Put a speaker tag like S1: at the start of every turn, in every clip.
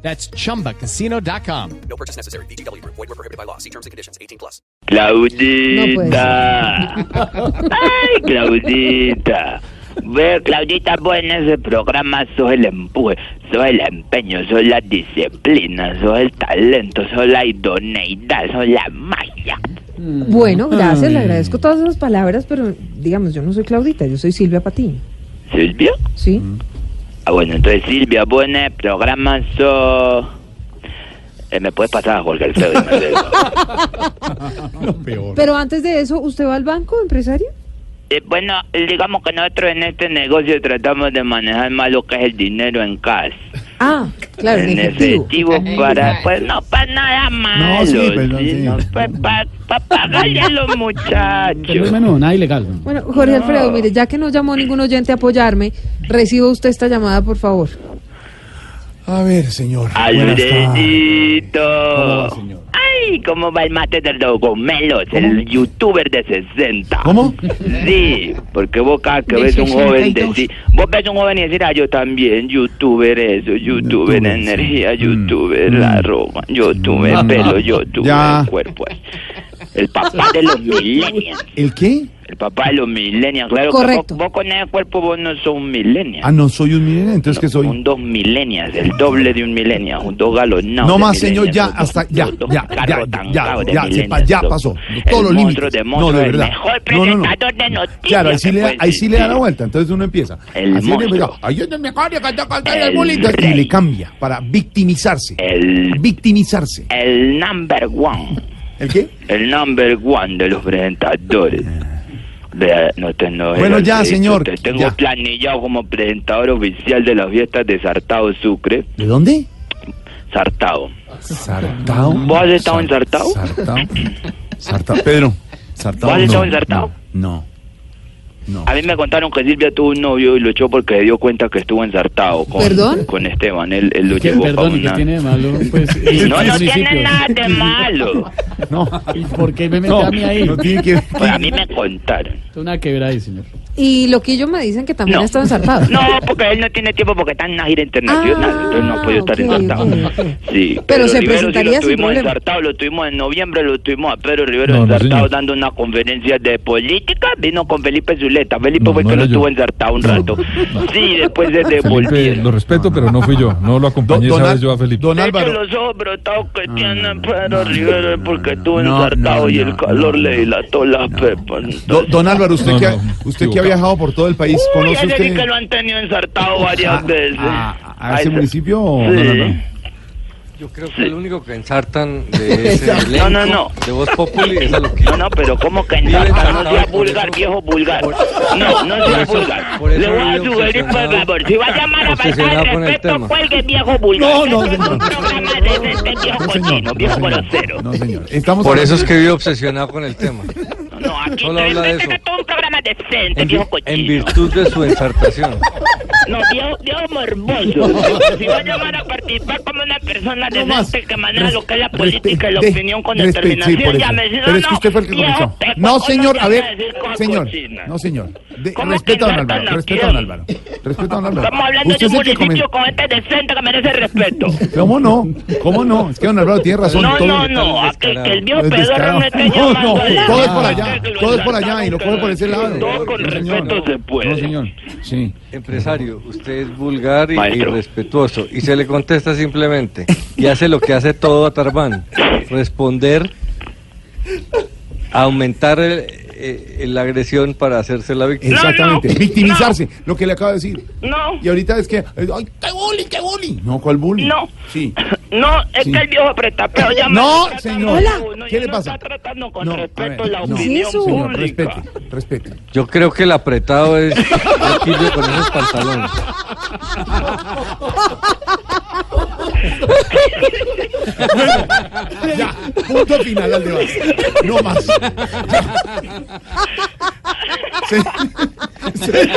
S1: That's chumbacasino.com.
S2: No purchase necessary. BGW. Void were prohibited by law. See terms and conditions. 18 plus.
S3: Claudita. Ay, Claudita. Ve, Claudita, vos en ese programa sos el empuje, sos el empeño, sos la disciplina, sos el talento, sos la idoneidad, sos la magia.
S4: Bueno, gracias, le agradezco todas esas palabras, pero digamos, yo no soy Claudita, yo soy Silvia Patín.
S3: ¿Silvia?
S4: ¿Sí?
S3: Ah, bueno, entonces Silvia, vos en el programa sos... Eh, ¿Me puedes pasar a Jorge Alfredo?
S4: Pero antes de eso, ¿usted va al banco, empresario?
S3: Eh, bueno, digamos que nosotros en este negocio tratamos de manejar más lo que es el dinero en casa.
S4: Ah, claro, en
S3: en
S4: efectivo.
S3: efectivo para pues no para nada malo
S5: sí, perdón, sí.
S3: para pagarle a los muchachos
S5: menos, nada ilegal.
S4: Bueno, Jorge Alfredo, mire, ya que no llamó ningún oyente a apoyarme, reciba usted esta llamada, por favor.
S5: A ver, señor. buenas tardes. ¿Cómo va,
S3: Alfredito
S5: señor?
S3: ay cómo va el mate del dogomelos el youtuber de 60
S5: ¿Cómo?
S3: sí porque vos cada que
S6: De
S3: ves un joven
S6: 62.
S3: decir vos ves un joven y decir ah yo también youtuber eso youtuber
S5: Youtuber, sí.
S3: energía youtuber la ropa youtuber pelo youtuber
S5: Ya.
S3: cuerpo el papá de los millennials
S5: ¿El qué?
S3: El papá de los millennials, claro que
S4: Correcto.
S3: vos, vos con ese cuerpo vos no sos un millennial.
S5: Ah, no soy un millennial, entonces que soy.
S3: Un dos millennials, el doble de un millennial, un dos galonados.
S5: No
S3: de
S5: más, señor,
S3: millennials,
S5: ya,
S3: los dos-
S5: hasta, ya,
S3: los dos
S5: ya, ya,
S3: carros
S5: ya,
S3: tangados de
S5: ya, ya, sepa,
S3: millennials,
S5: ya
S3: los-
S5: pasó.
S3: el
S5: Todos
S3: monstruo
S5: los límites.
S3: de
S5: No,
S3: monstruo,
S5: de
S3: el
S5: verdad.
S3: mejor
S5: No, no, no.
S3: presentador de noticias pues,
S5: Claro, ahí sí,
S3: que
S5: le,
S3: puede
S5: ahí sí le da la
S3: existir.
S5: vuelta, entonces uno empieza.
S3: El
S5: así le empieza,
S3: monstruo.
S5: "Ay, yo no me acuerdo cuando conté el
S3: El
S5: bullying", Y
S3: rey.
S5: le cambia para victimizarse.
S3: El-
S5: Victimizarse.
S3: El number one,
S5: ¿El qué?
S3: el number one de los presentadores. Vea, no te enojes,
S5: Bueno, ya,
S3: Alfredito,
S5: señor,
S3: Te tengo
S5: ya.
S3: planillado como presentador oficial de las fiestas de Sartao Sucre.
S5: ¿De dónde?
S3: Sartao.
S5: Sartao.
S3: ¿Vos has estado en Sartao?
S5: Sartao. Sartao. Pedro. Sartao.
S3: ¿Vos has
S5: no,
S3: estado en Sartao?
S5: No. No.
S3: A mí me contaron que Silvia tuvo un novio y lo echó porque se dio cuenta que estuvo ensartado con,
S4: ¿Perdón?
S3: con Esteban. Él, él lo llevó pa'
S6: Perdón, ¿y qué
S3: una-
S6: tiene de malo? Pues, el
S3: No, no tiene
S6: municipio.
S3: nada de malo.
S5: No.
S6: ¿Y por qué me metí
S5: No,
S6: a mí ahí?
S5: no tiene que
S3: Pues a mí me contaron.
S6: Esto es una quebra ahí, señor.
S4: Y Loquillo me dicen que también
S3: No.
S4: ha estado ensartado.
S3: No, porque él no tiene tiempo porque está en una gira internacional.
S4: Ah,
S3: entonces no ha podido estar
S4: ok,
S3: ensartado.
S4: ok, ok.
S3: Sí,
S4: Pero se
S3: Rivero sí
S4: presentaría sin
S3: lo tuvimos
S4: problema.
S3: ensartado, lo tuvimos en noviembre, lo tuvimos a Pedro Rivero
S5: No, no,
S3: ensartado
S5: señor.
S3: dando una conferencia de política. Vino con Felipe Zuleta. Felipe
S7: No,
S3: fue el
S7: no
S3: que
S7: era
S3: lo
S7: yo.
S3: tuvo ensartado un
S7: No,
S3: rato. Sí, después se
S7: Felipe,
S3: devolvieron.
S7: lo respeto, pero no fui yo. No lo
S5: Don,
S7: acompañé
S5: don,
S7: esa
S5: Al-
S7: vez yo a Felipe.
S5: don
S3: De hecho,
S5: Álvaro.
S3: los ojos brotados que tiene Pedro Rivera es porque estuvo
S5: no,
S3: ensartado
S5: no,
S3: y el
S5: no,
S3: calor
S5: no,
S3: le
S5: no.
S3: dilató las pepas.
S5: Do- don Álvaro, usted,
S7: No,
S5: que, ha,
S7: no,
S5: usted que ha
S7: equivocado.
S5: viajado por todo el país,
S3: Uy,
S5: ¿conoce
S3: ese sí que
S5: usted
S3: lo han tenido ensartado varias
S5: a,
S3: veces.
S5: a- a
S3: Ay,
S5: ese
S3: se-
S5: municipio?
S3: Sí.
S5: don Álvaro?
S8: Yo creo que el único que ensartan de ese
S3: No,
S8: elenco
S3: no, no.
S8: de Voz Populi es a lo que...
S3: No, no, pero ¿cómo que
S8: Vive
S3: ensartado? No
S8: ensartado,
S3: sea
S8: por
S3: vulgar,
S8: eso-
S3: viejo vulgar. No, no sea
S8: eso-
S3: vulgar.
S8: por eso
S3: Le voy a
S8: digo que
S3: sugerir,
S8: obsesionado-
S3: por favor, si va a llamar a faltar
S8: obsesionado
S3: el
S8: con el
S3: respeto,
S8: tema.
S3: cuelgue, viejo vulgar.
S5: No, no,
S3: Eso es
S5: señor.
S3: un programa de este viejo
S5: No,
S3: cochino,
S5: señor.
S3: viejo
S5: no,
S3: grosero.
S5: señor. No, señor. Estamos
S8: Por eso es que vivo obsesionado con el tema.
S3: No, aquí
S8: Solo habla de eso.
S3: es todo un programa decente,
S8: En, vi-
S3: viejo
S8: en
S3: cochino.
S8: virtud de su ensartación.
S3: No, viejo, viejo morboso. Si va a llamar a participar como una persona
S5: No más.
S3: decente que maneja lo que es la
S5: Respe-
S3: política y la
S5: de-
S3: opinión con
S5: respe- sí, por
S3: determinación,
S5: eso.
S3: llame. Si no,
S5: Pero es que
S3: no,
S5: usted fue el que
S3: viejo
S5: comenzó.
S3: peco,
S5: No,
S3: ¿cómo
S5: señor,
S3: te
S5: a
S3: vas
S5: ver,
S3: decir cosas
S5: señor,
S3: cochinas?
S5: no, señor. De-
S3: ¿Cómo
S5: respeta a don
S3: que no
S5: Álvaro,
S3: tan
S5: respeta a don
S3: aquí?
S5: Álvaro. Respeta a don Álvaro.
S3: Estamos hablando de
S5: Usted
S3: un
S5: es el que
S3: municipio
S5: comenzó.
S3: con gente decente que merece respeto.
S5: ¿Cómo no? ¿Cómo no? Es que don Álvaro tiene razón.
S3: No,
S5: todo-
S3: no, no,
S8: es
S3: a que, que el
S8: descarado.
S3: viejo
S5: Es
S3: pedorro
S5: descarado.
S3: no esté
S5: No,
S3: llamando
S5: no,
S3: a la-
S5: todo es por allá,
S3: Ah, que lo
S5: todo es por allá y lo
S3: ensartaron,
S5: coge por
S3: que-
S5: ese lado.
S3: Todo con
S5: No, señor.
S3: respeto se puede.
S7: No, señor. Sí.
S8: Empresario, usted es vulgar y
S3: Maestro.
S8: irrespetuoso. Y se le contesta simplemente. Y hace lo que hace todo a Tarbán. Responder, aumentar el- eh, la agresión para hacerse la víctima.
S5: Exactamente.
S3: No, no,
S5: Victimizarse, lo que le acabo de decir.
S3: No,
S5: Y ahorita es que, ay, qué bullying, qué bullying. No, ¿cuál bullying?
S3: No.
S5: Sí.
S3: no, es
S5: Sí.
S3: que el viejo pretapeo llama.
S5: No,
S3: está
S5: señor.
S3: tratando- no,
S5: ¿Qué le
S3: no
S5: pasa?
S3: Está tratando con
S5: No, a
S3: respeto
S5: ver,
S3: la
S5: no.
S3: opinión
S4: ¿Qué es eso?
S5: Señor,
S3: pública.
S5: respete, respete.
S8: Yo creo que el apretado es Loquillo con esos pantalones.
S5: Ya, punto final al debate. No más. Ya. Se- se-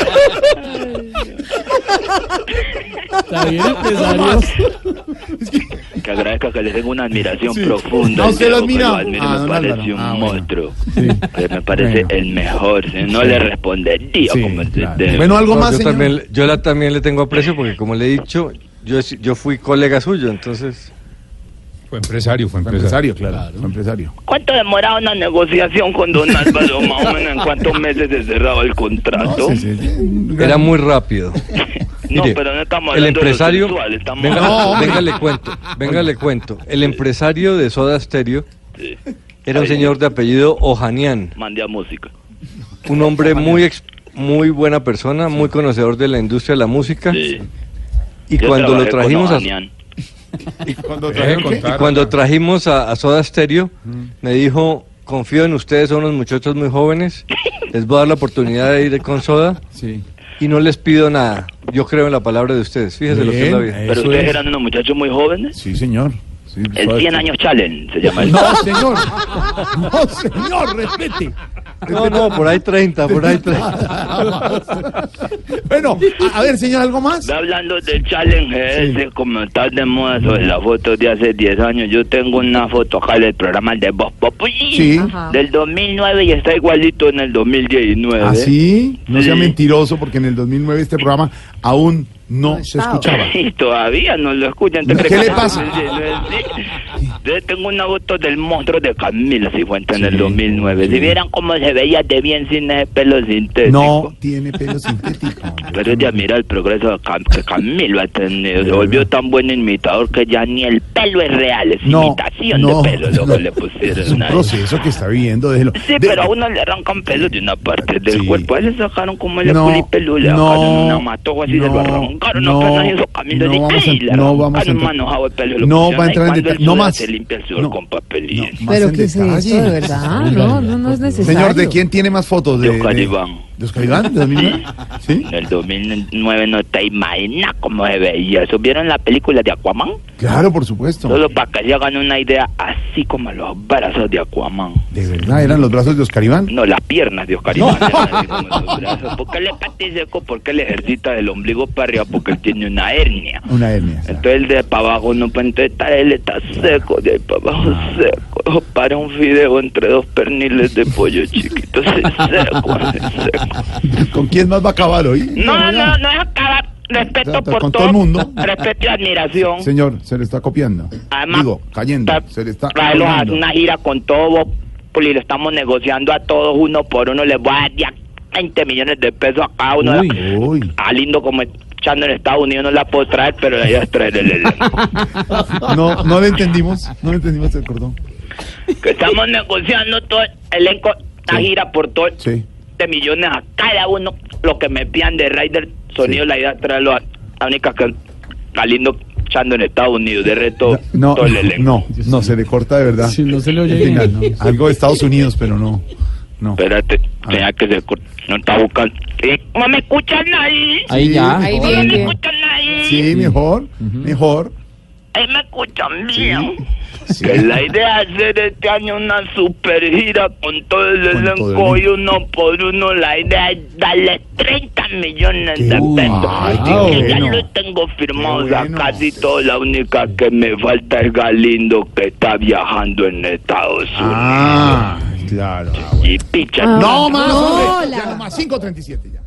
S6: Está bien, pues,
S5: no
S6: empresarios.
S5: más. Es que-
S3: Que agradezco que le tengo una admiración
S5: Sí.
S3: profunda.
S5: ¿A usted lo admira?
S3: Lo admiro,
S5: Ah,
S3: me
S5: don
S3: parece
S5: Álvaro.
S3: un
S5: Ah, bueno.
S3: monstruo. Que me parece
S6: Bueno.
S3: el mejor. Si no le respondería
S6: Sí,
S3: como usted
S6: claro.
S3: debe.
S5: Bueno, algo
S8: No,
S5: más,
S8: yo,
S5: señor.
S8: también, le- yo la, también le tengo aprecio porque, como le he dicho, yo, he si- yo fui colega suyo, entonces.
S7: Fue empresario, fue
S5: Fue
S7: empresario.
S5: empresario, claro. fue empresario.
S3: ¿Cuánto demoraba una negociación con Don Álvaro? Más o menos en cuántos meses se cerraba el
S5: No,
S3: contrato.
S5: sí, sí, sí.
S8: Era muy rápido.
S3: No,
S8: Mire,
S3: pero no estamos
S8: el
S3: hablando
S8: empresario-
S3: de lo sexual, estamos
S8: Venga,
S5: No, hombre.
S8: venga, le cuento. Venga, le cuento. El empresario de Soda Stereo
S3: Sí.
S8: era un
S3: Ay,
S8: señor de apellido Ojanian,
S3: Mandé a música.
S8: un hombre muy, ex- muy buena persona, muy conocedor de la industria de la música.
S3: Sí.
S8: Y
S3: Yo
S8: cuando lo
S3: trabajé con
S8: trajimos a,
S3: Ohanian.
S5: Cuando
S7: Deje de
S5: trajeron qué?
S7: contar.
S8: y cuando trajimos a, a Soda Stereo, me dijo, confío en ustedes, son unos muchachos muy jóvenes, les voy a dar la oportunidad de ir con Soda
S6: Sí.
S8: y no les pido nada. Yo creo en la palabra de ustedes, fíjese lo que es la
S5: Bien,
S8: vida.
S5: eso
S3: Pero ustedes
S5: es.
S3: eran unos muchachos muy jóvenes.
S5: Sí, señor. Pues Sí,
S3: El
S5: Soda
S3: 100
S5: Stereo.
S3: años challenge se llama. eso.
S5: No, señor. No, señor, respete.
S8: No, no, por ahí 30, por ahí 30.
S5: Bueno, a, a ver, señor, ¿algo más?
S3: Está hablando del challenge
S5: Sí. Mm.
S3: ese, como tal de moda sobre las fotos de hace 10 años. Yo tengo una foto acá del programa de Voz Populi
S5: Sí.
S4: Ajá.
S3: del 2009 y está igualito en el 2019.
S5: Así, ¿Ah, no sea
S3: ¿Eh? Sí.
S5: mentiroso, porque en el 2009 este programa aún no,
S4: No
S5: se
S4: estaba.
S5: escuchaba.
S3: Y todavía no lo escuchan. ¿Te
S5: ¿Qué
S3: crees que
S5: le
S3: no?
S5: pasa?
S3: Sí. Yo tengo una foto del monstruo de Camila Cifuentes en
S5: Sí,
S3: el 2009.
S5: sí.
S3: Si vieran cómo se veía de bien sin ese pelo sintético.
S5: No tiene pelo sintético.
S3: Pero es de admirar el progreso de Cam- que Camilo ha tenido. Se volvió tan buen imitador que ya ni el pelo es real, es
S5: No,
S3: imitación
S5: no,
S3: de pelo lo
S5: no.
S3: que le pusieron.
S5: Es un
S3: ahí.
S5: proceso que está viviendo, déjelo.
S3: Sí,
S5: De-
S3: pero a uno le arrancan pelo de una parte del
S5: Sí.
S3: cuerpo. A él le sacaron como el
S5: No,
S3: pelo, le
S5: no,
S3: sacaron una matoja así, se lo arrancaron.
S5: no,
S3: No, pero no hizo camino
S5: no
S3: de
S5: vamos a
S3: ¡ay! Le
S5: entrar- no vamos a
S3: arrancaron
S5: entrar-
S3: manojado el pelo. lo
S5: no
S3: pusieron
S5: va a
S3: ahí.
S5: entrar en
S3: Cuando él
S5: detalle, no
S3: suda,
S5: más.
S3: Se limpia el sudor
S5: No.
S3: con papelillo.
S5: No, más
S4: Pero
S5: en
S4: que es
S5: detalle.
S4: esto, de verdad, no, no, no es necesario.
S5: Señor, ¿de quién tiene más fotos?
S3: De Oscar Iván.
S5: ¿De Oscar Iván? ¿De 2009? ¿Sí?
S3: En el 2009 no te imaginas cómo se veía. ¿Eso vieron la película de Aquaman?
S5: Claro, por supuesto.
S3: Solo para que se hagan una idea, así como los brazos de Aquaman.
S5: ¿De verdad eran los brazos de Oscar Iván?
S3: No, las piernas de Oscar Iván. eran así como los brazos. ¿Por qué le pate seco? ¿Por qué le ejercita del ombligo para arriba? Porque él tiene una hernia.
S5: Una hernia. claro.
S3: Entonces de para abajo no puede entonces está- él está seco, de ahí para abajo seco. Ojo, Para un fideo entre dos perniles de pollo chiquitos, es seco, es seco.
S5: ¿Con quién más va a acabar hoy?
S3: No, no, no es acabar. Respeto
S5: Exacto,
S3: por
S5: con todo el mundo.
S3: Respeto y admiración.
S5: Señor, se le está copiando.
S3: Además,
S5: Digo, cayendo.
S3: tra-
S5: Se le está.
S3: tráelo a
S5: copiando.
S3: una gira con todo Populi, lo estamos negociando a todos uno por uno, les voy a dar ya 20 millones de pesos a cada uno.
S5: Uy, uy.
S3: A lindo como echando en Estados Unidos no la puedo traer, pero la idea es traer el elenco.
S5: No, no le entendimos. No le entendimos el cordón.
S3: que estamos negociando todo el elenco, la
S5: Sí.
S3: gira por todo
S5: Sí.
S3: 20 millones a cada uno, lo que me pidan de Raider Sonido,
S5: Sí.
S3: la idea es traerlo a la única que a lindo echando en Estados Unidos, de resto
S5: No,
S3: todo el elenco.
S5: no, no, se le corta de verdad.
S6: Si no se le oye
S5: El final.
S6: bien, ¿no?
S5: Algo de Estados Unidos, pero no. No.
S3: Espérate,
S5: A
S3: tenía
S5: ver.
S3: que ser corto. No está buscando. Eh, No me escuchan ahí.
S6: Ahí ya.
S4: Ahí
S5: mejor.
S4: bien,
S3: No me
S4: bien.
S3: escuchan ahí.
S5: Sí, mejor, mejor.
S3: Ahí me escuchan bien.
S5: Sí.
S3: Que la idea es hacer este año una super gira con todo el
S5: Con todo el
S3: elenco y
S5: elenco.
S3: uno por uno. La idea es darle 30 millones
S5: Qué
S3: de pesos.
S5: bueno. Ay, qué
S3: Que ya
S5: bueno.
S3: lo tengo firmado
S5: Qué
S3: ya
S5: bueno.
S3: casi todo. La única que me falta es Galindo que está viajando en Estados Unidos.
S5: Ah, claro. ah, bueno.
S3: Y picha.
S5: No más,
S4: No,
S5: hombre.
S4: la-
S5: Ya no más, 5.37 ya.